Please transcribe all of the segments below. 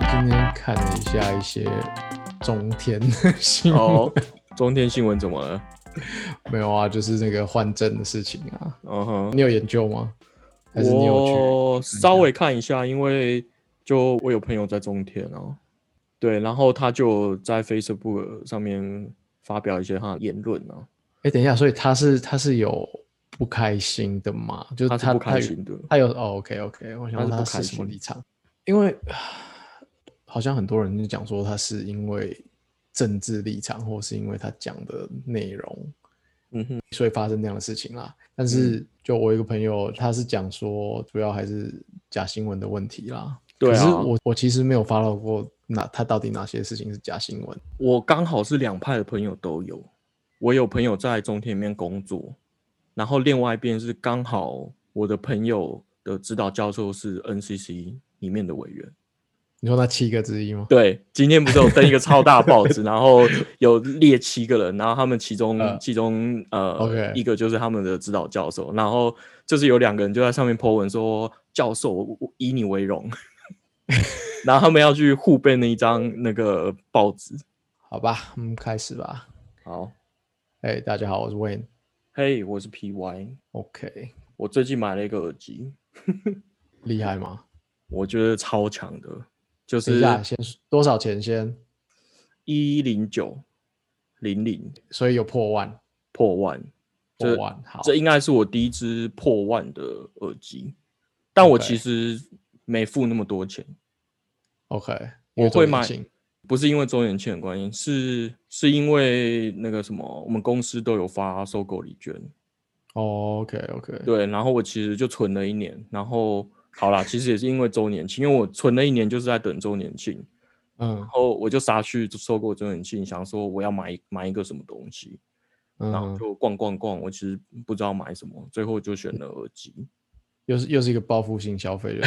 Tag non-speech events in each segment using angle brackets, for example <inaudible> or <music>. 看了一下一些中天的 <laughs> 新闻，哦，中天新闻怎么了？没有啊，就是那个换证的事情啊。嗯哼，你有研究吗？还是你有去？我稍微看一下，因为就我有朋友在中天哦，对，然后他就在 Facebook 上面发表一些他的言论啊，哎、等一下，所以他是他是有不开心的嘛？就是他他是不开心的，他有哦，OK OK，我想问他他是不是开什么心立场？因为啊好像很多人就讲说他是因为政治立场，或是因为他讲的内容，嗯哼，嗯所以发生那样的事情啦。但是就我有一个朋友，他是讲说主要还是假新闻的问题啦。对可是啊，我我其实没有发到过哪他到底哪些事情是假新闻。我刚好是两派的朋友都有，我有朋友在中天里面工作，然后另外一边是刚好我的朋友的指导教授是 NCC 里面的委员。你说那七个之一吗？对，今天不是有登一个超大报 <laughs> 纸，然后有列七个人，然后他们其中、呃其中呃 OK 一个就是他们的指导教授，然后就是有两个人就在上面 po 文说教授我我以你为荣， <laughs> 然后他们要去互背那一张那个报纸。好吧，我们开始吧。好，哎、大家好，我是 Wayne。嘿、我是 PY， OK，我最近买了一个耳机，厉害吗？我我觉得超强的，就等一是下，先说多少钱先？一零九零零所以有破万，破万，破这万好。这应该是我第一支破万的耳机，但我 OK 其实没付那么多钱， OK，我会买因为周年庆不是因为周年庆的关系，是是因为那个什么，我们公司都有发收购礼券，哦 OK OK，对，然后我其实就存了一年，然后好啦，其实也是因为周年庆，因为我存了一年就是在等周年庆，嗯然后我就杀去收购周年庆，想说我要买买一个什么东西，嗯然后哼，就逛逛逛，我其实不知道买什么，最后就选了耳机。又是又是一个报复性消费，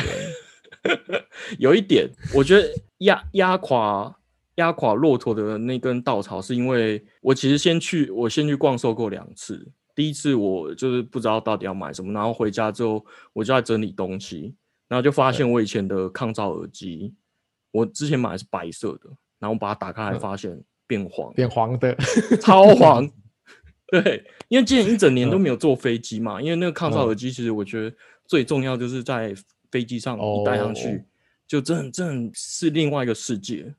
对 <laughs> 不对？有一点，我觉得压压垮压垮骆驼的那根稻草，是因为我其实先去我先去逛收购两次，第一次我就是不知道到底要买什么，然后回家之后我就在整理东西，然后就发现我以前的抗噪耳机，我之前买的是白色的，然后把它打开来发现变黄，变黄的，超黄。 <laughs> 对，因为今年一整年都没有坐飞机嘛，因为那个抗噪耳机，其实我觉得最重要就是在飞机上哦你戴上去，就真真是另外一个世界。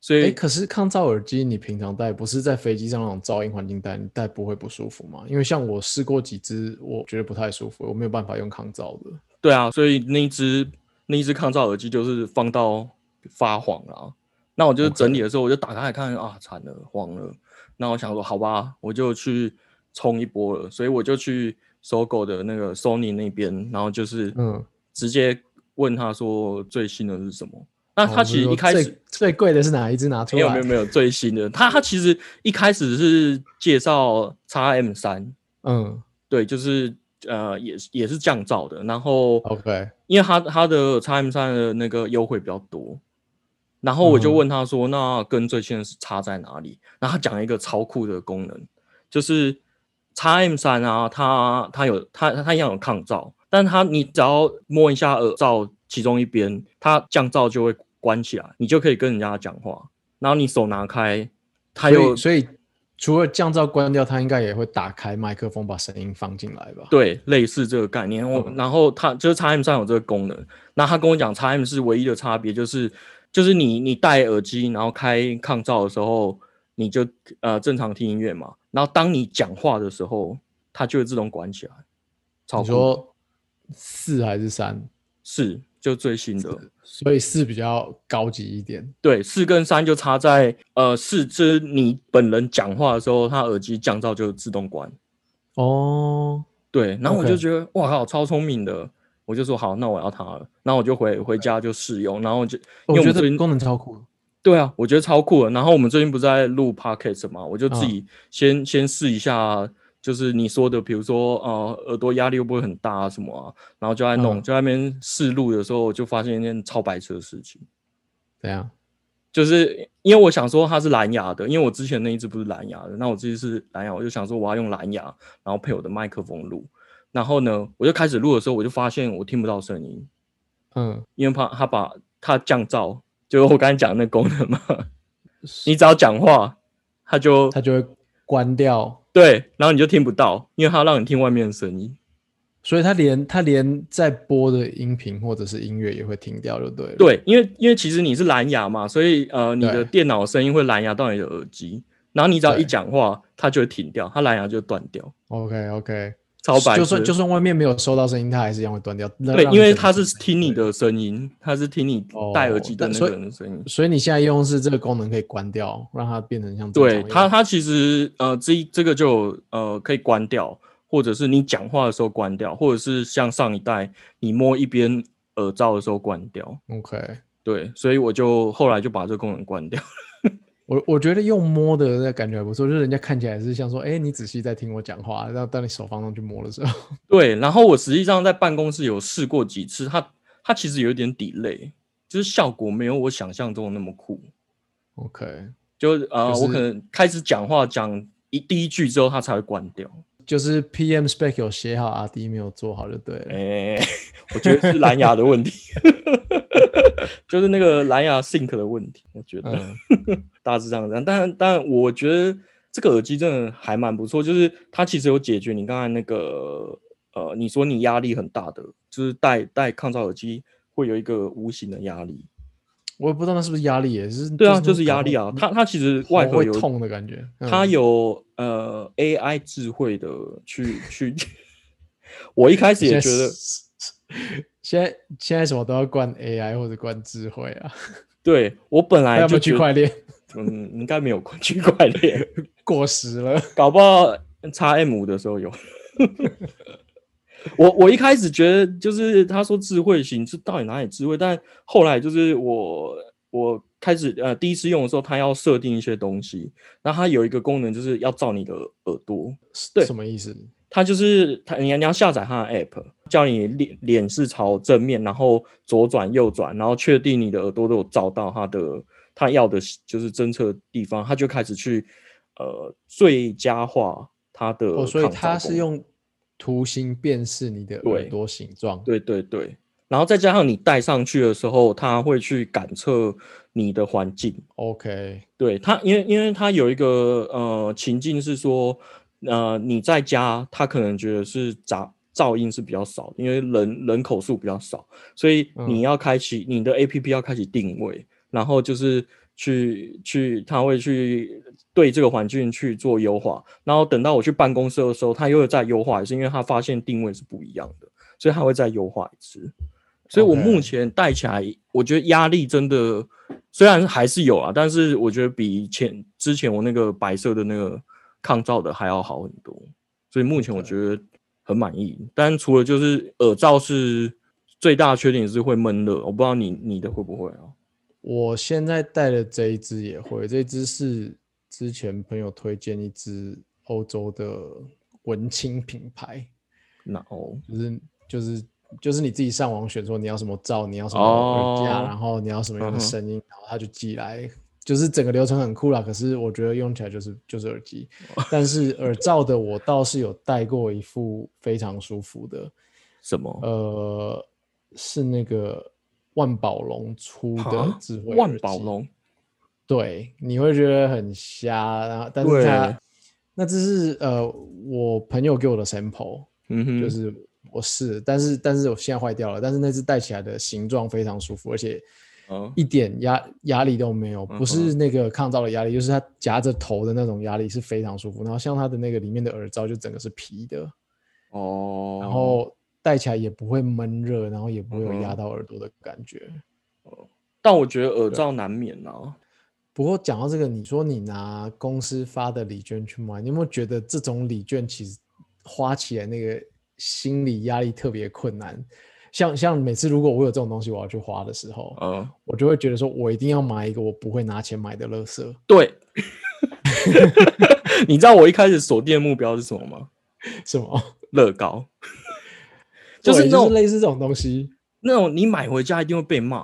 所哎、以可是抗噪耳机你平常戴，不是在飞机上那种噪音环境戴，你戴不会不舒服吗？因为像我试过几只，我觉得不太舒服，我没有办法用抗噪的。对啊，所以那一只那一只抗噪耳机就是放到发黄了。那我就是整理的时候，我就打开来看啊，惨了，黄了。那我想说，好吧，我就去冲一波了。所以我就去搜狗的那个 Sony 那边，然后就是嗯，直接问他说最新的是什么。那他其实一开哦我是始说最最贵的是哪一只拿出啊没有来？没有没有最新的，他他其实一开始是介绍 x M 三，嗯对，就是呃也是也是降噪的，然后，OK，因为他他的 x M 三的那个优惠比较多，然后我就嗯哼问他说，那跟最新的是差在哪里？然后他讲了一个超酷的功能，就是 x M 三啊，它它有它它一样有抗噪，但它你只要摸一下耳罩其中一边，它降噪就会关起来，你就可以跟人家讲话，然后你手拿开，它所又以所以除了降噪关掉，它应该也会打开麦克风把声音放进来吧？对，类似这个概念。我、嗯然后它就是 x M 上有这个功能，那他跟我讲 x M 是唯一的差别，就是就是你你戴耳机然后开抗噪的时候，你就呃正常听音乐嘛，然后当你讲话的时候，它就会自动关起来。超你酷的说四还是三？是就最新的，所以四比较高级一点。对，四跟三就差在呃四，就是你本人讲话的时候，它耳机降噪就自动关。哦，对，然后我就 OK 觉得哇靠，超聪明的，我就说好，那我要它了，然后我就回回家就试用，然后就哦我因为我觉们得最近功能超酷。对啊，我觉得超酷的。然后我们最近不是在录 podcast 嘛，我就自嗯己先、先试一下，就是你说的，比如说呃耳朵压力会不会很大啊什么啊，然后就在嗯弄，就在那边试录的时候，我就发现一件超白痴的事情，怎样？就是因为我想说它是蓝牙的，因为我之前那一只不是蓝牙的，那我这只是蓝牙，我就想说我要用蓝牙，然后配我的麦克风录。然后呢，我就开始录的时候，我就发现我听不到声音，嗯，因为怕他把它降噪就是我刚才讲的那功能嘛，你只要讲话，它就它就会关掉，对，然后你就听不到，因为它要让你听外面的声音。所以它连它连在播的音频或者是音乐也会停掉，就对了。，对，因为因为其实你是蓝牙嘛，所以呃，你的对电脑声音会蓝牙到你的耳机，然后你只要一对讲话，它就会停掉，它蓝牙就断掉， OK OK，超白就算痴就算外面没有收到声音，它还是一样会断掉。那对，让因为整个它声是音听你，的声音，它是听你戴耳机的哦但那所个以人的声音。所以你现在用的是这个功能可以关掉，让它变成像正对常它，用它其实呃，这一这个就呃可以关掉，或者是你讲话的时候关掉，或者是像上一代你摸一边耳罩的时候关掉。 OK。对，所以我就后来就把这个功能关掉。 <laughs> 我我觉得用摸的那感觉还不错，就是人家看起来是像说，哎、你仔细在听我讲话，然后当你手放上去摸的时候，对，然后我实际上在办公室有试过几次，它它其实有一点 delay，就是效果没有我想象中的那么酷。 OK，就呃，就我是可能开始讲话讲一第一句之后，它才会关掉。就是 PM spec 有写好，RD 没有做好就对了。哎、 <laughs> 我觉得是蓝牙的问题， <laughs> 就是那个蓝牙 sync 的问题，我觉得、嗯，大致上这样。但但我觉得这个耳机真的还蛮不错，就是它其实有解决你刚才那个呃，你说你压力很大的，就是戴戴抗噪耳机会有一个无形的压力。我也不知道那是不是压力，也是对啊，就是压力啊，它它它其实外头盒会有痛的感觉，嗯它有呃 AI 智慧的去去， <laughs> 我一开始也觉得。现在现在现在什么都要灌 AI 或者灌智慧啊，对我本还有来没哎就有觉区得块链嗯，应该没有区块链，过时了？ <laughs> 搞不好叉 M 五的时候有。 <laughs> 我我一开始觉得就是他说智慧型是到底哪里智慧，但后来就是我我开始呃第一次用的时候，它要设定一些东西，那它有一个功能就是要照你的耳朵，对什么意思？它就是它你要你要下载它的 app，叫你脸脸是朝正面，然后左转右转，然后确定你的耳朵都有照到它的它要的就是侦测地方，它就开始去呃最佳化它的呃抗噪功能、哦，所以它是用图形辨识你的对耳朵形状，对对对，然后再加上你戴上去的时候，它会去感测你的环境， ，OK，对它，因为因为它有一个呃情境是说，呃你在家，他可能觉得是杂噪音是比较少的，因为人人口数比较少，所以嗯你要开启、你的 A P P 要开启定位，然后就是去去，他会去对这个环境去做优化，然后等到我去办公室的时候，他又在优化，也是因为他发现定位是不一样的，所以他会再优化一次。所以我目 OK 前戴起来，我觉得压力真的虽然还是有啊，但是我觉得比前之前我那个白色的那个抗噪的还要好很多。所以目前我 OK 觉得很满意。但除了就是耳罩是最大的缺点是会闷热，我不知道你你的会不会啊？我现在戴的这一只也会，这只是之前朋友推荐一只欧洲的文青品牌，然后就是就是就是你自己上网选说你要什么罩，你要什么耳架，哦然后你要什么样嗯哼的声音，然后他就寄来，就是整个流程很酷啦。可是我觉得用起来就是就是耳 <laughs> 机，但是耳罩的我倒是有戴过一副非常舒服的，什么？呃，是那个万宝龙出的哈智慧万耳宝机龙对，你会觉得很瞎，然后但是对它那这是呃我朋友给我的 sample。嗯哼，就是我试，但是但是我现在坏掉了，但是那只戴起来的形状非常舒服，而且嗯一点压压力都没有，嗯哼不是那个抗噪的压力，就是它夹着头的那种压力是非常舒服。然后像它的那个里面的耳罩就整个是皮的，哦，然后戴起来也不会闷热，然后也不会有嗯压哼到耳朵的感觉。但我觉得耳罩难免啊，不过讲到这个，你说你拿公司发的礼券去买，你有没有觉得这种礼券其实花起来那个心理压力特别困难？像像每次如果我有这种东西我要去花的时候，嗯，我就会觉得说我一定要买一个我不会拿钱买的乐色。对。 <laughs> 你知道我一开始锁定的目标是什么吗？什么？乐高，就是对那种、类似这种东西。那种你买回家一定会被骂，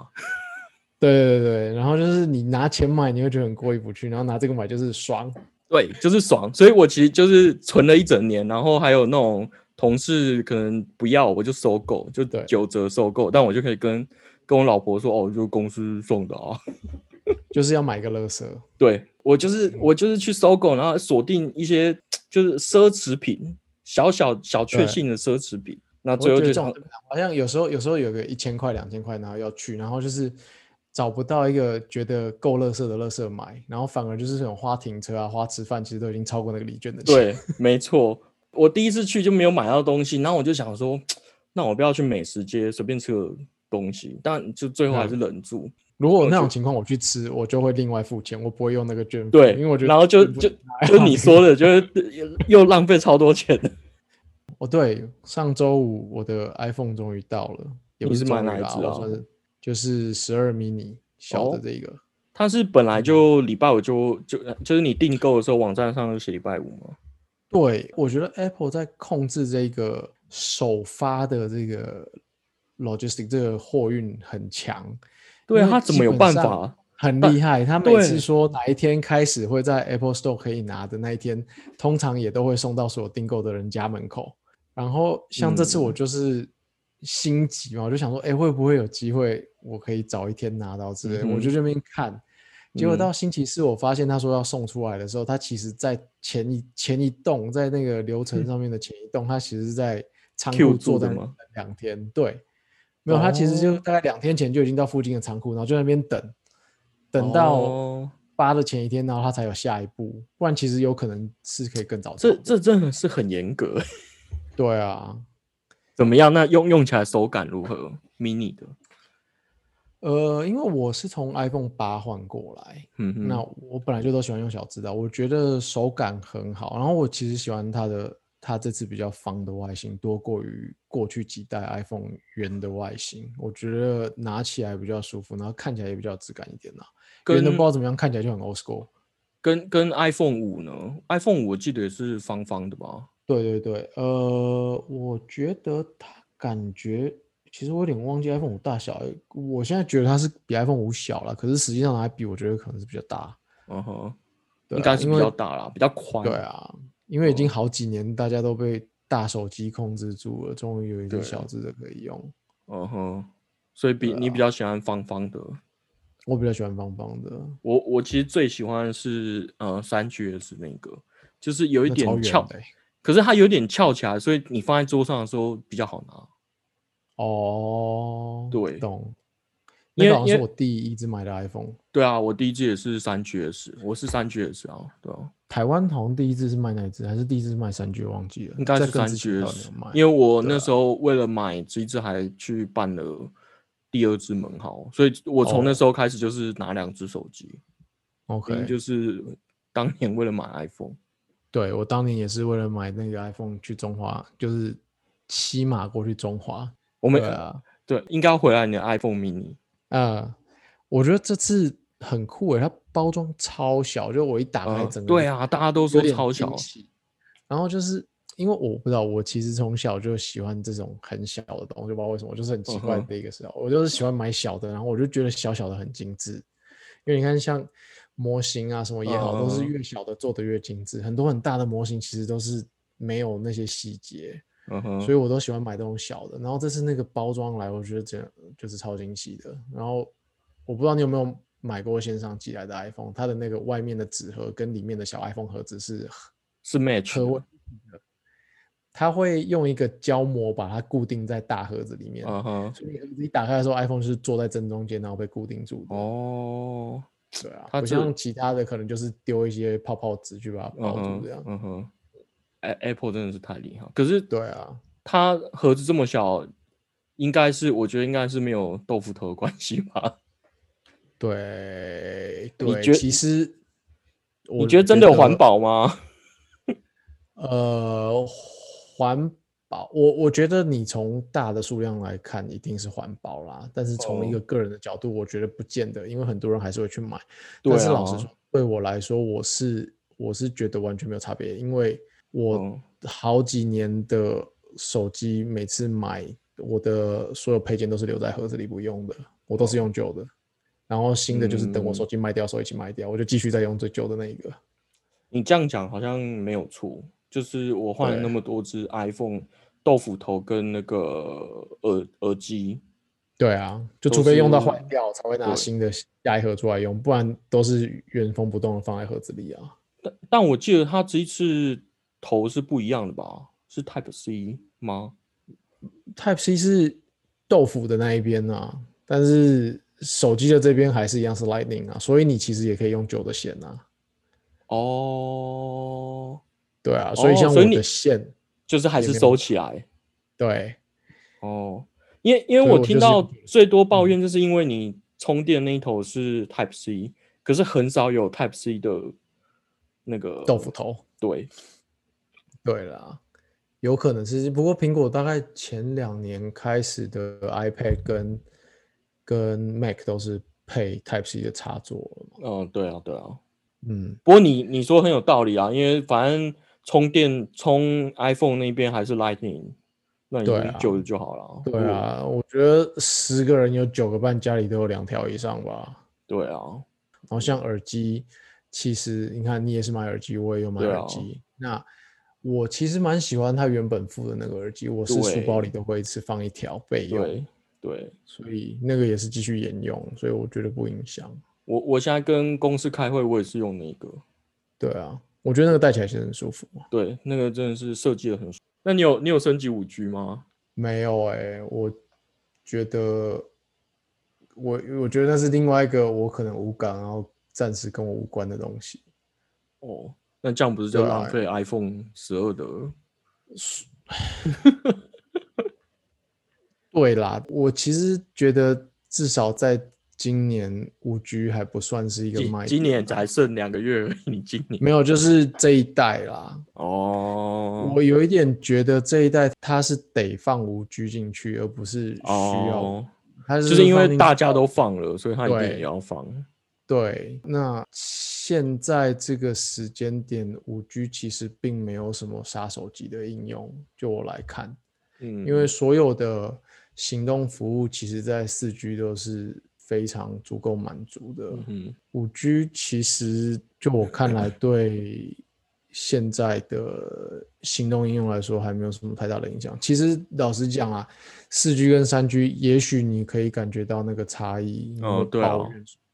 对对对对，然后就是你拿钱买，你会觉得很过意不去，然后拿这个买就是爽。对，就是爽。所以我其实就是存了一整年，然后还有那种同事可能不要，我就收购，就对九折收购，但我就可以跟跟我老婆说，哦，就公司送的啊。 <laughs> 就是要买个乐色。对我就是我就是去搜狗，然后锁定一些就是奢侈品，小小小确对幸的奢侈品。那我最后觉得就这种好像有时候有时候有个一千块两千块，然后要去，然后就是找不到一个觉得够乐色的乐色买，然后反而就是这种花停车啊、花吃饭，其实都已经超过那个礼券的钱。，对，没错。我第一次去就没有买到东西，然后我就想说，那我不要去美食街随便吃个东西，但就最后还嗯是忍住。如果有那种情况我去吃，我就会另外付钱，我不会用那个券付。对，因为我觉得然后就券付就就啊 <laughs> 你说的，就是 <laughs> 又又浪费超多钱。哦，对，上周五我的 iPhone 终于到了，也你不是买终于哪一啦只啊我算是就是十二 mini 小哦的这个。它是本来就嗯礼拜五就就就是你订购的时候，网站上就写礼拜五吗？对，我觉得 Apple 在控制这个首发的这个 logistic 这个货运很强，对啊因，为它怎么有基办本上法？啊很厉害。他每对次说哪一天开始会在 Apple Store 可以拿的那一天，通常也都会送到所有订购的人家门口。然后像这次我嗯就是心急嘛，我就想说，哎，会不会有机会我可以早一天拿到之类的？嗯我哼就这边看，结果嗯到星期四，我发现他说要送出来的时候，他其实在前一前一栋，在那个流程上面的前一栋，他其实是在仓嗯 Q 库坐住的在那吗两天，对，没有，他其实就哦大概两天前就已经到附近的仓库，然后就在那边等，等到哦发的前一天，然后他才有下一步，不然其实有可能是可以更早这到的这真的是很严格。欸对啊， <laughs> 怎么样？那用用起来手感如何？mini 的，呃，因为我是从 iPhone 八换过来，嗯哼，那我本来就都喜欢用小指的，我觉得手感很好。然后我其实喜欢它的，它这次比较方的外形多过于过去几代 iPhone 圆的外形，我觉得拿起来比较舒服，然后看起来也比较有质感一点啦。圆的不跟知道怎么样，看起来就很 old school。跟跟 iPhone 五呢？iPhone 五我记得也是方方的吧？对对对，呃，我觉得它感觉。其实我有点忘记 iPhone 五大小了，我现在觉得它是比 iPhone 五小了，可是实际上来比，我觉得可能是比较大，嗯哼，对应啊该是因比为较大啦，比较宽。对，啊，因为已经哦好几年大家都被大手机控制住了，终于有一对只小只的可以用。嗯啊哼，所以比、对你比较喜欢方方的。我比较喜欢方方的，我我其实最喜欢的是呃三 GS 那个，就是有一那超点远翘，的欸可是它有点翘起来，所以你放在桌上的时候比较好拿。哦，对懂。因那为个好因像为是我第一只买的 iPhone，对啊，我第一季也是三 GS，我是三 GS 啊，对啊，台湾好像第一只是卖哪一只，还是第一只是卖三 G 忘记了，应该在是更三之前到底有 GS，卖，因为我对那时候为了买这一只还去办了第二只门号，所以我从那哦时候开始就是拿两只手机，可能 OK，就是当年为了买 iPhone，对我当年也是为了买那个 iPhone 去中华，就是骑马过去中华，我们对啊，对应该要回来你的 iPhone mini，啊，我觉得这次很酷欸诶，它包装超小，就我一打开嗯整个、对啊，大家都有说点超惊小，喜。然后就是因为我不知道，我其实从小就喜欢这种很小的东西，就不知道为什么，我就是很奇怪嗯哼的一个时候，我就是喜欢买小的，然后我就觉得小小的很精致，因为你看像模型啊什么也好，都是嗯越小的做的越精致，很多很大的模型其实都是没有那些细节。嗯哼，所以我都喜欢买这种小的。然后这次那个包装来，我觉得这样就是超惊喜的。然后我不知道你有没有买过线上寄来的 iPhone，它的那个外面的纸盒跟里面的小 iPhone 盒子是合是 match，合为的一体的，它会用一个胶膜把它固定在大盒子里面。嗯哼，所以你盒子一打开的时候，iPhone 是坐在正中间，然后被固定住的。哦，对啊，它不这像其他的可能就是丢一些泡泡纸去把它嗯包住这样哼，。嗯哼，A- Apple 真的是太厉害，可是对啊，它盒子这么小，应该是我觉得应该是没有豆腐头的关系吧？对你对，觉其实你我觉得真的有环得保吗？呃，环保，我我觉得你从大的数量来看，一定是环保啦。但是从一哦个个人的角度，我觉得不见得，因为很多人还是会去买。对但是老实啊说，对我来说，我是我是觉得完全没有差别，因为我嗯好几年的手机，每次买我的所有配件都是留在盒子里不用的，我都是用旧的。然后新的就是等我哦嗯手机卖掉的时候一起卖掉，我就继续再用最旧的那一个。你这样讲好像没有错，就是我换了对那么多只 iPhone 豆腐头跟那个耳耳机，对啊，就都除非用到是坏掉才会拿对新的下一盒出来用，不然都是原封不动的放在盒子里啊。但但我记得它这一次头是不一样的吧？是 Type C 吗？ Type C 是豆腐的那一边啊，但是手机的这边还是一样是 Lightning 啊，所以你其实也可以用旧的线啊。哦，对啊，所以像哦我所以你的线，就是还也是没有收起来对哦。因为因为所以我我听就是嗯到有点最多抱怨，就是因为你充电那一头是 Type C，可是很少有 Type C 的那个豆腐头，对，对啦，有可能是，不过苹果大概前两年开始的 iPad 跟跟 Mac 都是配 Type C 的插座了嘛，嗯，对啊，对啊。嗯，不过你你说很有道理啊，因为反正充电充 iPhone 那边还是 Lightning，那你就对是啊旧的就好了。对啊，我觉得十个人有九个半家里都有两条以上吧。对啊，然后像耳机，其实你看你也是买耳机，我也有买对耳啊机。那我其实蛮喜欢它原本附的那个耳机，我是书对包里都会一次放一条备用，对对，所以那个也是继续沿用，所以我觉得不影响。我我现在跟公司开会，我也是用那个，对啊，我觉得那个戴起来其实很舒服。对，那个真的是设计的很舒。那你有你有升级五 G 吗？没有哎、我觉得我我觉得那是另外一个我可能无感，然后暂时跟我无关的东西。哦，那这样不是就对啊浪费 iPhone 十二的？对啦，我其实觉得至少在今年五 G 还不算是一个啊卖点今今年才剩两个月而已，你今年没有，就是这一代啦。<laughs> 哦，我有一点觉得这一代它是得放五 G 进去，而不是需要。哦，它就是是因放为进大去家都放了，所以它一定对也要放。对，那现在这个时间点，五 G 其实并没有什么杀手级的应用，就我来看，嗯，因为所有的行动服务其实在四 G 都是非常足够满足的。嗯。五 G 其实就我看 <laughs> 来，对现在的行动应用来说，还没有什么太大的影响。其实老实讲啊，四 G 跟三 G，也许你可以感觉到那个差异，哦对啊啊，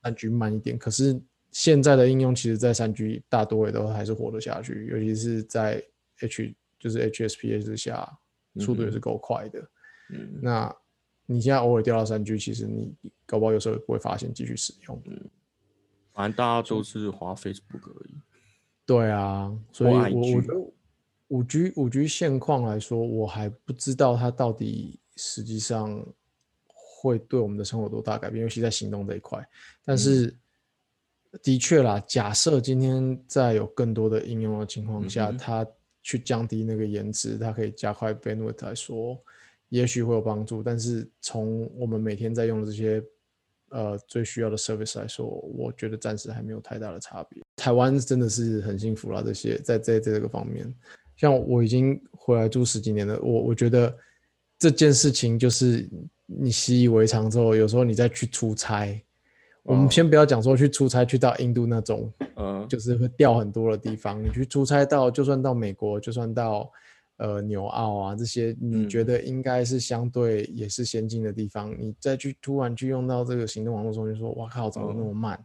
三 G 慢一点。可是现在的应用，其实在三 G 大多也都还是活得下去，尤其是在 H 就是 HSPA 之下，速度也是够快的。嗯，那你现在偶尔掉到三 G，其实你搞不好有时候也不会发现继续使用。反正大家都是滑 Facebook 而已。对啊，所以或我 IG 我觉得五 G 五 G 现况来说，我还不知道它到底实际上会对我们的生活有多大改变，尤其在行动这一块。嗯但是的确啦，假设今天在有更多的应用的情况下，嗯哼它去降低那个延迟，它可以加快 bandwidth 来说，也许会有帮助。但是从我们每天在用的这些呃最需要的 service 来说，我觉得暂时还没有太大的差别。台湾真的是很幸福啦，这些在在在这个方面，像我已经回来住十几年了，我我觉得这件事情就是你习以为常之后，有时候你再去出差。我们哦先不要讲说去出差去到印度那种嗯，就是会掉很多的地方。你去出差到，就算到美国，就算到呃纽澳啊这些，你觉嗯得应该是相对也是先进的地方，你再去突然去用到这个行动网络中心，说哇靠，怎么哦那么慢？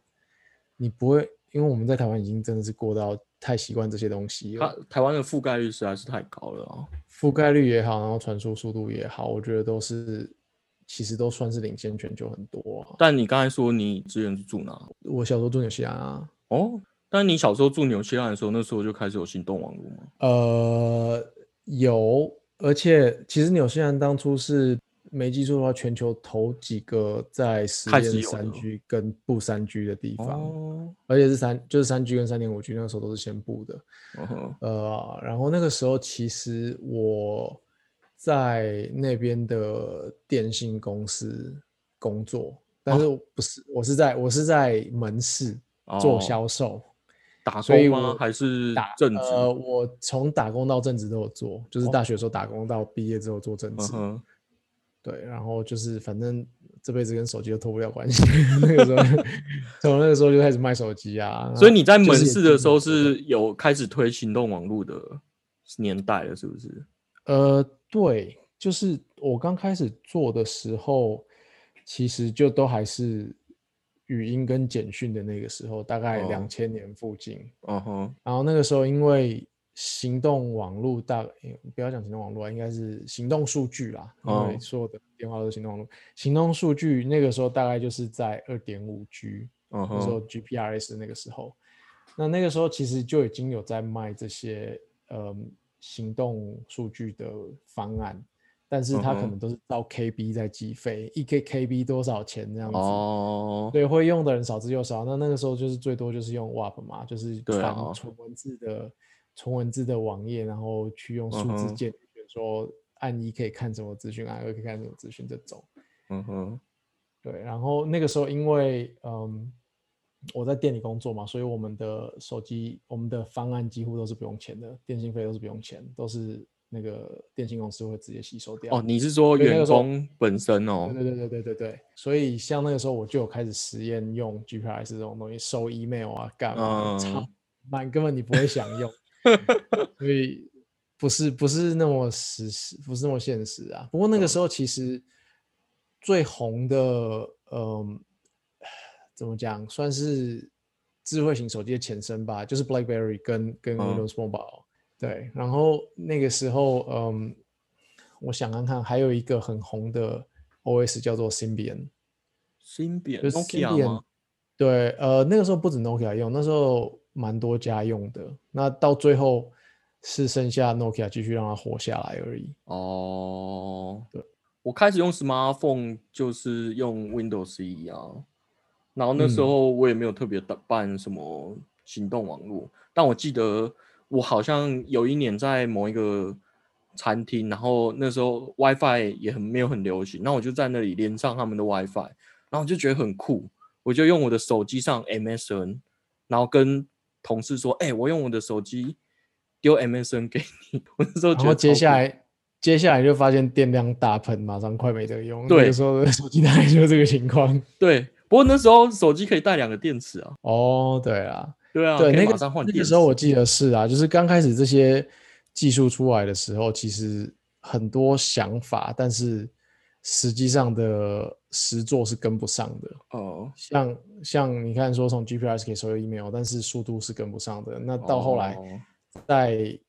你不会，因为我们在台湾已经真的是过到太习惯这些东西它了，台湾的覆盖率实在是太高了啊。覆盖率也好，然后传输速度也好，我觉得都是。其实都算是领先全球很多、啊。但你刚才说你之前是住哪？我小时候住纽西兰啊，哦，但你小时候住纽西兰的时候，那时候就开始有行动网络吗？呃，有，而且其实纽西兰当初是没记错的话，全球头几个在实开验始有三的 G 跟不三 G 的地方，哦，而且是三就是三 G 跟三点五 G 那个时候都是先布的。嗯哼呃，然后那个时候其实我在那边的电信公司工作，但是不是我是在我是在门市做哦销售。打所以工我吗？还是打正职？呃，我从打工到正职都有做，就是大学的时候打工到毕业之后做正哦嗯职，哼，对，然后就是反正这辈子跟手机都脱不了关系。 <laughs> 那个时候， <laughs> 从那个时候就开始卖手机啊。所以你在门就是也市的时候进入是有开始推行动网络的年代了，是不是？呃，对，就是我刚开始做的时候，其实就都还是语音跟简讯的那个时候，大概哦两千年附近。嗯哼，然后那个时候因为行动网络大，诶不要讲行动网络啊，应该是行动数据啦，因哦为所有的电话都是行动网络。行动数据那个时候大概就是在二点五 G，嗯那时候哼， GPRS 那个时候，那那个时候其实就已经有在卖这些呃行动数据的方案，但是它可嗯哼能都是照 KB 在计费，一个 KB 多少钱这样子。哦，对，会用的人少之又少。那那个时候就是最多就是用 WAP 嘛，就是对传啊纯文字的纯文字的网页，然后去用数嗯字哼键，比如说按一可以看什么资讯，按二可以看什么资讯这种。嗯哼，对，然后那个时候因为嗯我在店里工作嘛，所以我们的手机我们的方案几乎都是不用钱的，电信费都是不用钱，都是那个电信公司会直接吸收掉。哦，你是说对那员个时候工本身哦？对对对对对对，所以像那个时候我就有开始实验用 GPRS 这种东西收 email 啊，干嘛？超嗯慢，根本你不会想用，所以不是不是那么实实，不是那么现实啊。不过那个时候其实最红的，嗯、怎么讲，算是智慧型手机的前身吧，就是 BlackBerry 跟跟嗯 Windows Mobile。对，然后那个时候，嗯，我想看看，还有一个很红的 OS 叫做 Symbian，新扁就是 Nokia Symbian 吗？对，呃，那个时候不止 Nokia 用，那时候蛮多家用的。那到最后是剩下 Nokia 继续让它活下来而已。哦，对，我开始用 smartphone 就是用 Windows 一啊，然后那时嗯候我也没有特别的办什么行动网络，但我记得我好像有一年在某一个餐厅，然后那时候 WiFi 也很没有很流行，那我就在那里连上他们的 WiFi，然后我就觉得很酷，我就用我的手机上 MSN，然后跟同事说，哎、我用我的手机丢 MSN 给你，我那时候觉然得后接超酷下来，接下来就发现电量大喷，马上快没得用。那对个时候的手机大概就是这个情况。对，不过那时候手机可以带两个电池啊。哦，对啦，对啊，对，可那以马个上换那电个池。时候我记得是啊，就是刚开始这些技术出来的时候，其实很多想法，但是实际上的实做是跟不上的。哦，像像你看说从 GPS 可以收到 email，但是速度是跟不上的。那到后来哦在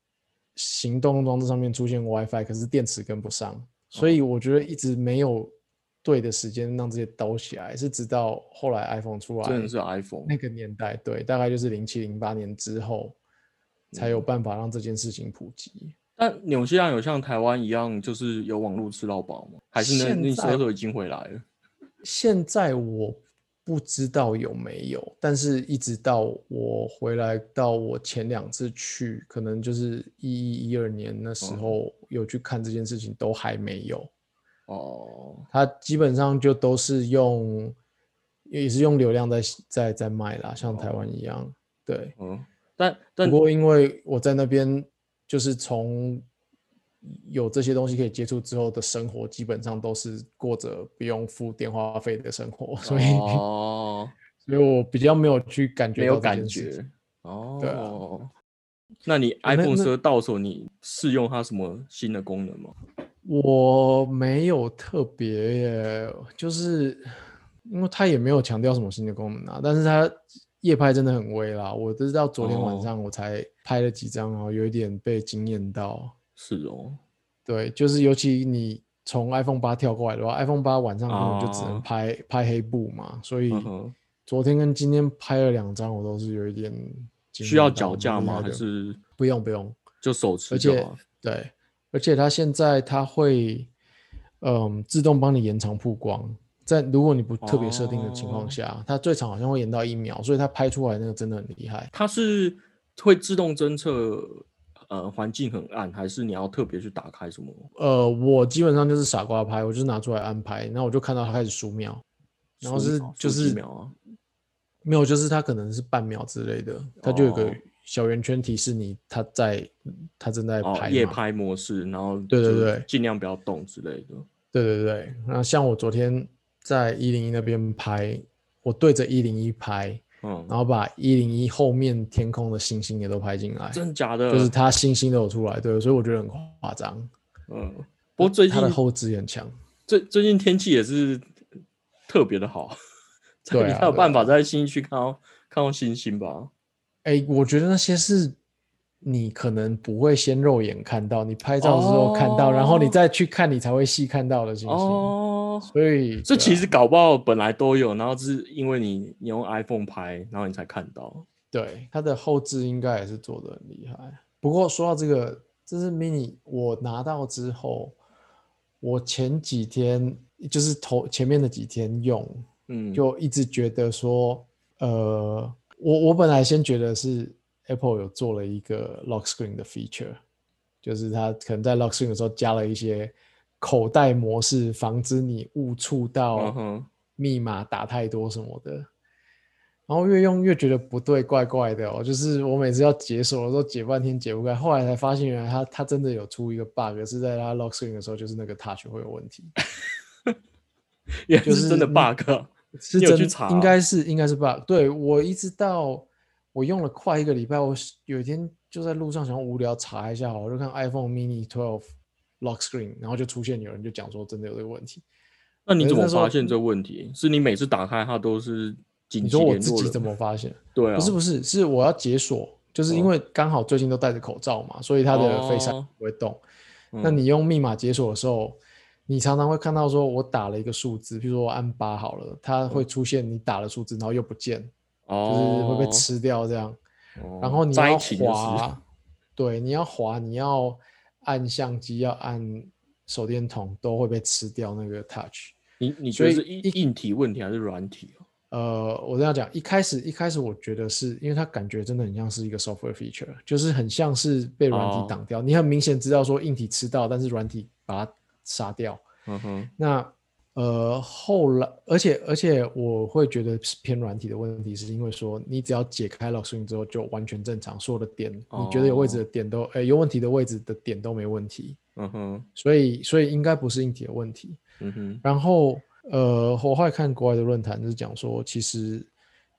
行动装置上面出现 WiFi，可是电池跟不上，所哦以我觉得一直没有对的时间让这些兜起来，是直到后来 iPhone 出来，真的是 iPhone，那个年代，对，大概就是零七零八年之后，才嗯有办法让这件事情普及。但纽西兰有像台湾一样，就是有网络吃到饱吗？还是那现那时在候已经回来了？现在我不知道有没有，但是一直到我回来到我前两次去，可能就是一一一二年那时嗯候有去看这件事情，都还没有。哦，它基本上就都是用，也是用流量在在在卖啦，像台湾一样，对。嗯，但但不过因为我在那边，就是从有这些东西可以接触之后的生活，基本上都是过着不用付电话费的生活， <laughs> 所以、 <laughs> 哦，所以我比较没有去感觉没有到这感件事情觉。哦，对啊哎那你那 iPhone 那十二到手，你试用它什么新的功能吗？我没有特别耶，就是因为它也没有强调什么新的功能啊，但是它夜拍真的很微啦。我直到昨天晚哦上我才拍了几张，然后有一点被惊艳到。是哦，对，就是尤其你从 iPhone 八跳过来的话，iPhone 八晚上可能就只哦能拍、拍黑布嘛，所以嗯哼，昨天跟今天拍了两张，我都是有一点惊需要艳到脚架蛮厉吗？害还的是不用不用，就手持而就且好？对，而且它现在它会嗯自动帮你延长曝光，在如果你不特别设定的情哦况下，它最长好像会延到一秒，所以它拍出来那个真的很厉害。它是会自动侦测，呃，环境很暗，还是你要特别去打开什么？呃，我基本上就是傻瓜拍，我就是拿出来安排，然后我就看到它开始数秒，然后数是秒就数几是秒啊，没有，就是它可能是半秒之类的，它就有哦个小圆圈提示你它在它正在哦，拍夜嘛。拍模式，然后对对就对尽量不要动之类的。对对对，那像我昨天在一零一那边拍，我对着一零一拍，嗯，然后把一零一后面天空的星星也都拍进来，真的假的？就是它星星都有出来，对，所以我觉得很夸张。嗯，不过最近它的后置也很强，最最近天气也是特别的好， <laughs> 才对啊你才有对啊办法在新一区看到看到星星吧。哎，我觉得那些是你可能不会先肉眼看到，你拍照之后看到，然后你哦再去看，你才会细看到的星星。哦，所以，这对啊其实搞不好本来都有，然后只是因为你你用 iPhone 拍，然后你才看到。对，它的后置应该也是做的很厉害。不过说到这个，这是 mini，我拿到之后，我前几天就是头前面的几天用，嗯，就一直觉得说，呃，我我本来先觉得是 Apple 有做了一个 lock screen 的 feature，就是它可能在 lock screen 的时候加了一些口袋模式，防止你误触嗯到哼，密码打太多什么的。然后越用越觉得不对，怪怪的哦。就是我每次要解锁的时候解半天解不开，后来才发现原来它它真的有出一个 bug，是在它 lock screen 的时候，就是那个 touch 会有问题。也就是是真的你 bug 啊。是你有真去查应啊该是应该是 bug。对我一直到我用了快一个礼拜，我是有一天就在路上想要无聊查一下，我就看 iPhone mini 12 lock screen，然后就出现有人就讲说真的有这个问题。那你可是怎么那时候发现这个问题？是你每次打开它都是紧你急说我联自络己人怎吗？么发现？对啊，不是不是，是我要解锁，就是因哦为刚好最近都戴着口罩嘛，所以它的 Face ID 哦不会动。嗯那你用密码解锁的时候，你常常会看到说我打了一个数字，比如说我按八好了，它嗯会出现你打了数字，然后又不见，就是哦会被，吃掉这样。哦然后你灾要情就是滑，对，你要滑，你要按相机，要按手电筒，都会被吃掉那个 touch。你你觉所得以是硬硬体问题还是软体啊？呃，我这样讲，一开始一开始我觉得是因为它感觉真的很像是一个 software feature，就是很像是被软哦体挡掉。你很明显知道说硬体吃到，但是软体把它杀掉。嗯哼，那呃，后来，而且而且我会觉得是偏软体的问题，是因为说你只要解开 lock screen 之后就完全正常，所有的点、你觉得有位置的点都，呃，有问题的位置的点都没问题，嗯哼，所以所以应该不是硬体的问题。嗯哼，然后呃，我后来看国外的论坛就是讲说，其实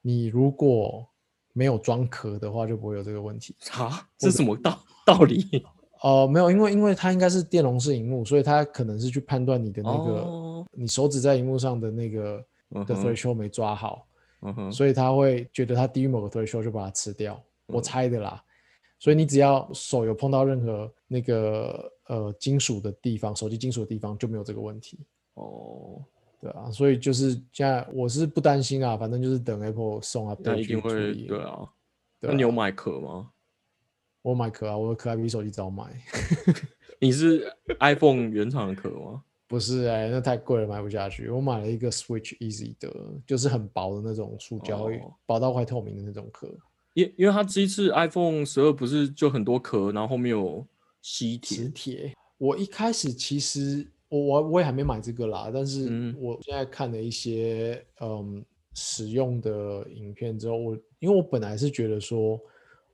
你如果没有装壳的话，就不会有这个问题。啥？这什么道道理？哦、没有，因为因为它应该是电容式荧幕，所以它可能是去判断你的 <laughs> 那个、哦你手指在荧幕上的那个嗯的哼 threshold 没抓好，嗯哼，所以它会觉得它低于某个 threshold 就把它吃掉，嗯我猜的啦。所以你只要手有碰到任何那个呃金属的地方，手机金属的地方就没有这个问题，哦，对啊。所以就是现在我是不担心啊，反正就是等 Apple 送 u p d 那 a 一 t 去定处会理。对啊。对那你有啊买壳吗？我买壳啊，我的壳还比手机早买。你是 iPhone 原厂的壳吗？不是哎、那太贵了，买不下去。我买了一个 Switch Easy 的，就是很薄的那种塑胶，哦薄到快透明的那种壳，因因为它这一次 iPhone 十二不是就很多壳，然后后面有吸磁铁，铁。我一开始其实我我我也还没买这个啦，但是嗯我现在看了一些嗯使用的影片之后，我因为我本来是觉得说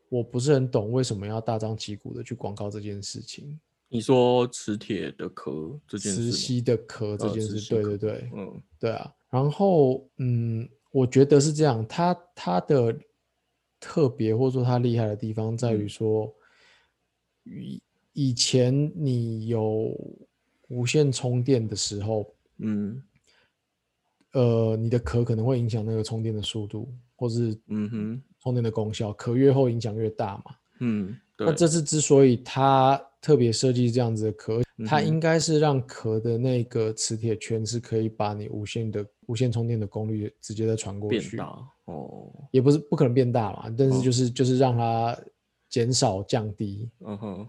我不是很懂为什么要大张旗鼓的去广告这件事情，你说磁铁的壳这件磁事吗，吸的壳这呃件磁事，吸对壳对对，嗯对啊，然后嗯，我觉得是这样，它它的特别或者说它厉害的地方在于嗯说，以、以前你有无线充电的时候，嗯呃，你的壳可能会影响那个充电的速度，或是嗯哼充电的功效，壳越厚影响越大嘛。嗯，对，那这次之所以它特别设计这样子的壳，它嗯哼应该是让壳的那个磁铁圈是可以把你无线的无线充电的功率直接再传过变去，大哦，也不是不可能变大嘛，但是嗯就是、就是让它减少降低，嗯哼，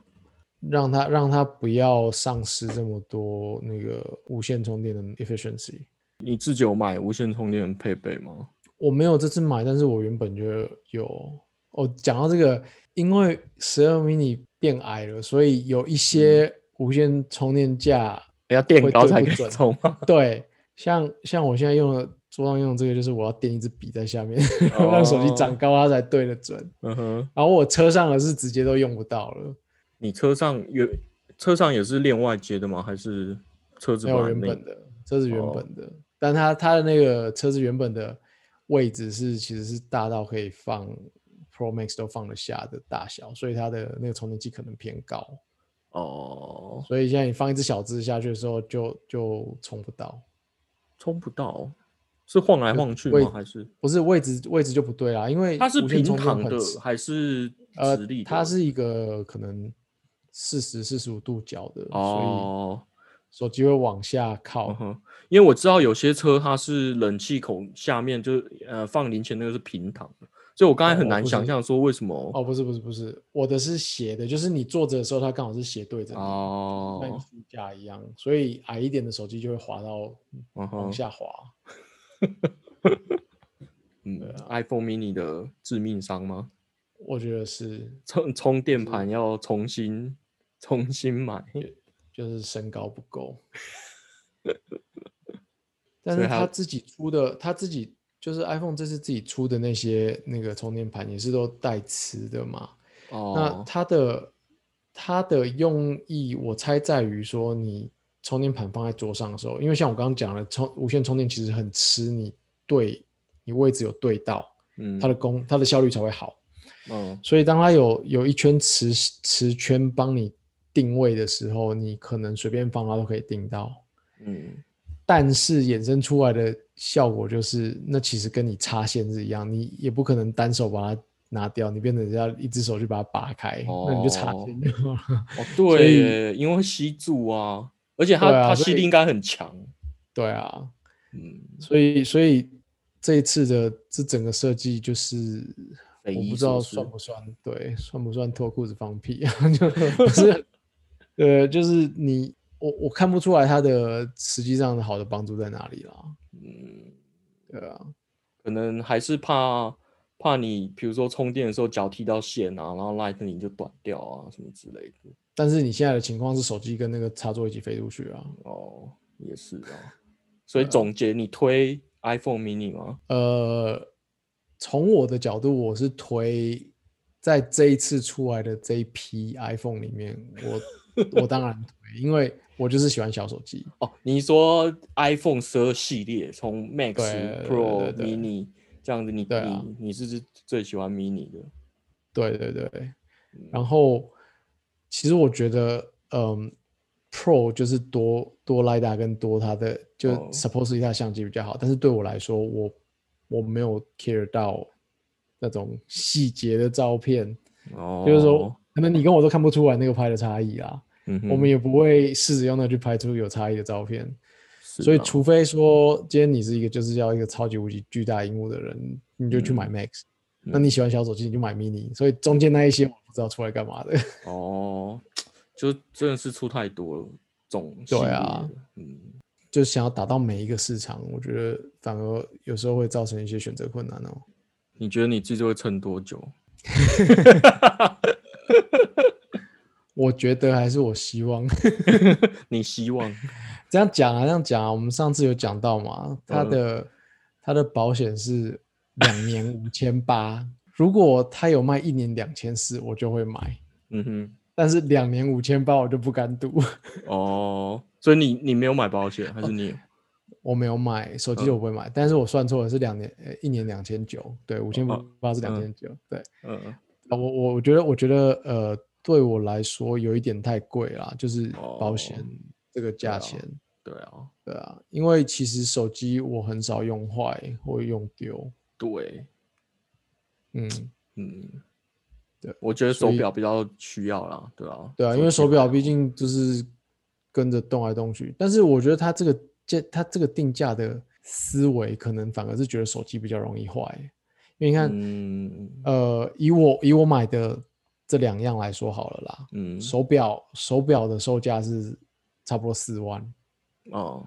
让它让它不要丧失这么多那个无线充电的 efficiency。你自己有买无线充电配备吗？我没有这次买，但是我原本就有。哦，讲到这个，因为十二 mini 变矮了，所以有一些无线充哎电架，要垫会高对才不可以准充吗？对，像像我现在用的桌上用的这个，就是我要垫一支笔在下面， <laughs> 让手机长高，它才对得准。嗯哼，然后我车上的是直接都用不到了，你车上有车上也是另外接的吗？还是车子没有来原那本的，这是原哦本的，但它它的那个车子原本的位置是其实是大到可以放 Pro Max 都放得下的大小，所以它的那个充电器可能偏高，哦，所以现在你放一只小只下去的时候就就充不到。充不到，是晃来晃去位吗？还是不是位置位置就不对啦，因为它是无线平充电躺很的直还是呃直立，的？它是一个可能四十四十五度角的，所哦，以手机会往下靠。嗯哼，因为我知道有些车它是冷气孔下面就是呃放零钱那个是平躺的，所以我刚才哦很我难不想是象说为什么哦，不是不是不是，我的是斜的，就是你坐着的时候，它刚好是斜对着你，跟哦，书架一样，所以矮一点的手机就会滑到嗯往哼，下滑。嗯，iPhone 啊 mini 的致命伤吗？ <laughs> 我觉得是充充电盘要重新重新买，就是身高不 <laughs> 够。但所是以它他自己出的，他自己就是 iPhone 这次自己出的那些那个充电盘也是都带磁的嘛。那哦，它的它的用意，我猜在于说，你充电盘放在桌上的时候，因为像我刚刚讲的，充无线充电其实很吃你对你位置有对到，嗯，它的功它的效率才会好。嗯所以当它有有一圈磁磁圈帮你定位的时候，你可能随便放它都可以定到。嗯，但是衍生出来的效果就是，那其实跟你插线是一样，你也不可能单手把它拿掉，你变成要一只手去把它拔开，那你就插哦线就好了。 <laughs> 哦所对以耶，因为会吸住啊，而且它、对啊它所吸力以应该很强，对啊，嗯，所以所以这一次的这整个设计就是。匪我夷不知所道思算不算对，算不算脱裤子放屁啊？ <laughs> 就就是，呃，就是你我我看不出来它的实际上的好的帮助在哪里啦。嗯，对啊，可能还是怕怕你，比如说充电的时候脚踢到线啊，然后 Lightning 就断掉啊，什么之类的。但是你现在的情况是手机跟那个插座一起飞出去啊。哦，也是 <laughs> 啊。所以总结，你推 iPhone mini 吗？呃，从我的角度，我是推在这一次出来的这一批 iPhone 里面，我我当然推，因为我就是喜欢小手机。哦，你说 iPhone 十二系列，从 Max 对对对 Pro 对对 mini 这样子你，你对啊你是最喜欢 mini 的？对对对，嗯然后其实我觉得，嗯，Pro 就是多多雷达跟多它的，就哦 supposedly 它的相机比较好，但是对我来说，我我没有 care 到那种细节的照片，哦，就是说，可能你跟我都看不出来那个拍的差异啊，嗯哼，我们也不会试着用那去拍出有差异的照片，是所以啊除非说今天你是一个就是要一个超级无敌巨大荧幕的人，你就去嗯买 Max。那你喜欢小手机，你就买 mini。所以中间那一些我不知道出来干嘛的。 <laughs> 哦，就真的是出太多了，总对系列啊的，嗯。就想要打到每一个市场，我觉得反而有时候会造成一些选择困难哦。你觉得你自己会撑多久？我觉得还是我希望 <laughs> 你希望？这样讲啊，这样讲啊。我们上次有讲到嘛，它嗯的、它的保险是两年五千八， <laughs> 如果它有卖一年两千四，我就会买。嗯哼，但是两年五千八我就不敢赌，哦，所以你你没有买保险，还是你哦有？我没有买手嗯机，我不会买。但是我算错了，是两年，呃，一年两千九，对，五哦千八是两千九，对。嗯嗯啊，我我我觉得，我觉得，呃，对我来说有一点太贵啦，就是保哦险这个啊价钱，对啊，对啊，因为其实手机我很少用坏或用丢，对，嗯，嗯，对，我觉得所手以表比较需要啦，对啊，对啊，因为机手表比毕竟就是跟着动来动去，但是我觉得它这个这它这个定价的思维，可能反而是觉得手机比较容易坏，因为你较看，嗯呃，以我以我买的这两样来说好了啦，嗯手表手表的售价是差不多四万。哦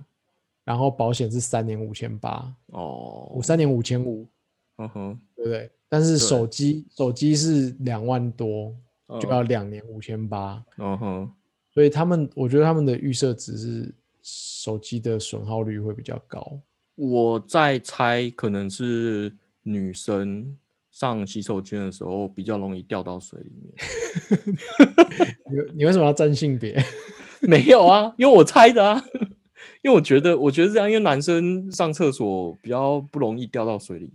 然后保险是三年五千八，哦，五三年五千五，嗯哼，对不对？但是对手机手机是两万多，就嗯要两年五千八，嗯哼，所以他们我觉得他们的预设值是手机的损耗率会比较高。我在猜可能是女生上洗手间的时候比较容易掉到水里面。你你为什么要占性别？ <laughs> 没有啊，因为我猜的啊， <laughs> 因为我觉得，我觉得这样，因为男生上厕所比较不容易掉到水里，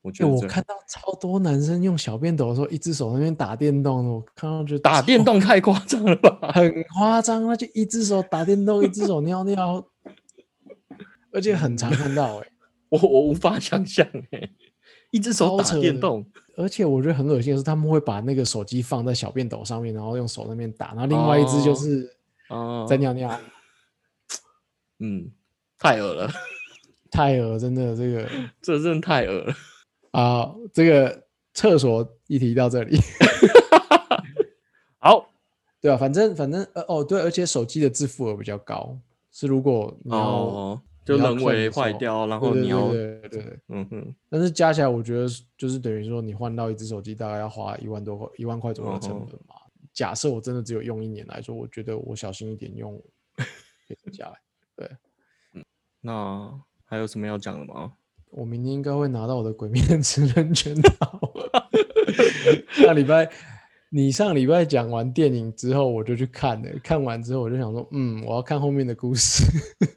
我觉因得为这 <laughs> 我样看到超多男生用小便斗的时候，一只手在那边打电动的，我看到就打电动太夸张了吧？ <laughs> 很夸张，那就 <laughs> 一只手打电动，一只手尿尿，而且很常看到哎、我我无法想象哎、一只手超扯打的电动，而且我觉得很恶心的是，他们会把那个手机放在小便斗上面，然后用手那边打，然后另外一只就哦是哦，在尿尿。嗯，太恶了， <laughs> 太恶，真的这个这真的太恶了。啊、这个厕所一提到这里， <laughs> 好，对吧、反正反正呃哦对，而且手机的自付额比较高，是如果你要、哦，就你要人为 clean 的时坏候掉，然对后对你要，对对对对对嗯哼，但是加起来我觉得是就是等于说你换到一只手机大概要花一万多块一万块左右的成嗯哼本嘛。假设我真的只有用一年来说，我觉得我小心一点用可以省下来。那还有什么要讲哎的吗？我明天应该会拿到我的《鬼面之刃》全套。 <laughs> 上礼拜，你上礼拜讲完电影之后，我就去看了。看完之后，我就想说，嗯，我要看后面的故事。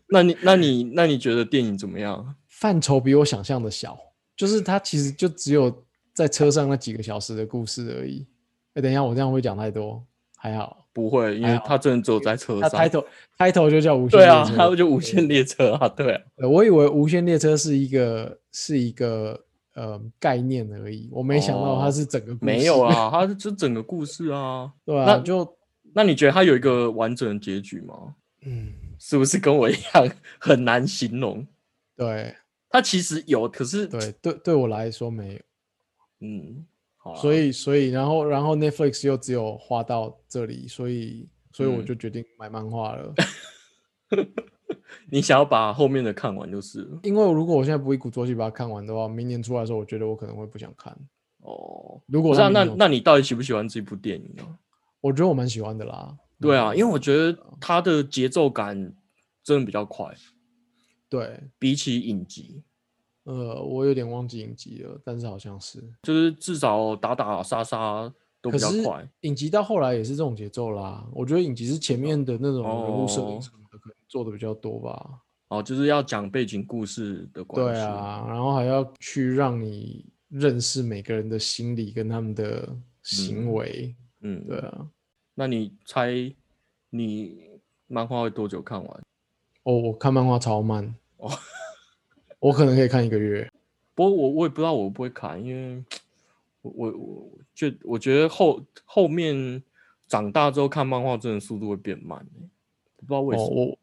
那你那你那你觉得电影怎么样？范畴比我想象的小，就是它其实就只有在车上那几个小时的故事而已。哎，等一下，我这样会讲太多，还好。不会，因还为好他真的只有在车它上。开头开头就叫无限对列啊，车他就无限列车啊，对啊，呃我以为无限列车是一个是一个呃概念而已，我没想到它哦是整个故事。 <laughs> 没有啊，他这整个故事啊。对啊，那就那你觉得他有一个完整的结局吗？嗯，是不是跟我一样很难形容？对他其实有，可是对对，对我来说没有，嗯，好啦所以所以然后然后 Netflix 又只有画到这里，所以所以我嗯就决定买漫画了，你想要把后面的看完就是了因为如果我现在不一鼓作气把它看完的话，明年出来的时候，我觉得我可能会不想看。哦。如不果是、它啊，明那年有那你到底喜不喜欢这部电影啊？我觉得我蛮喜欢的啦，对蛮啊，喜因为欢我的觉得它的节奏感真的比较快，对，比起影集，呃，我有点忘记影集了，但是好像是，就是至少打打杀杀都可比较是快。影集到后来也是这种节奏啦。我觉得影集是前面的那种人物设定哦什么的，可能做的比较多吧。哦，就是要讲背景故事的关系。对啊，然后还要去让你认识每个人的心理跟他们的行嗯为。嗯，对。啊，那你猜你漫画会多久看完？哦，我看漫画超慢，哦，我可能可以看一个月。不过我我也不知道我会不会看，因为我我我就我觉得后后面长大之后看漫画真的速度会变慢、欸，不知道为什哦，么。我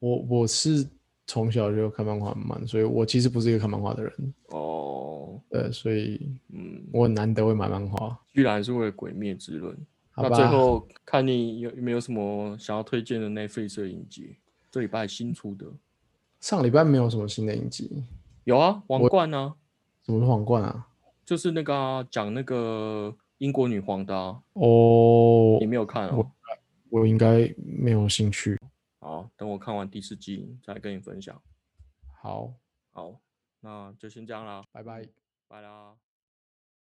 我我是从小就看漫画很慢，所以我其实不是一个看漫画的人。哦，对，所以嗯，我很难得会买漫画。居然是为了《鬼灭之刃》。好那吧，最后看你有有没有什么想要推荐的 Netflix 的影集？这礼拜新出的上礼拜没有什么新的影集，有啊，《王冠》啊，什么是皇冠啊？就是那个啊讲、那个英国女皇的、啊，哦你，没有看哦。我应该没有兴趣。好，等我看完第四季再跟你分享。好，好，那就先这样啦，拜拜。拜啦。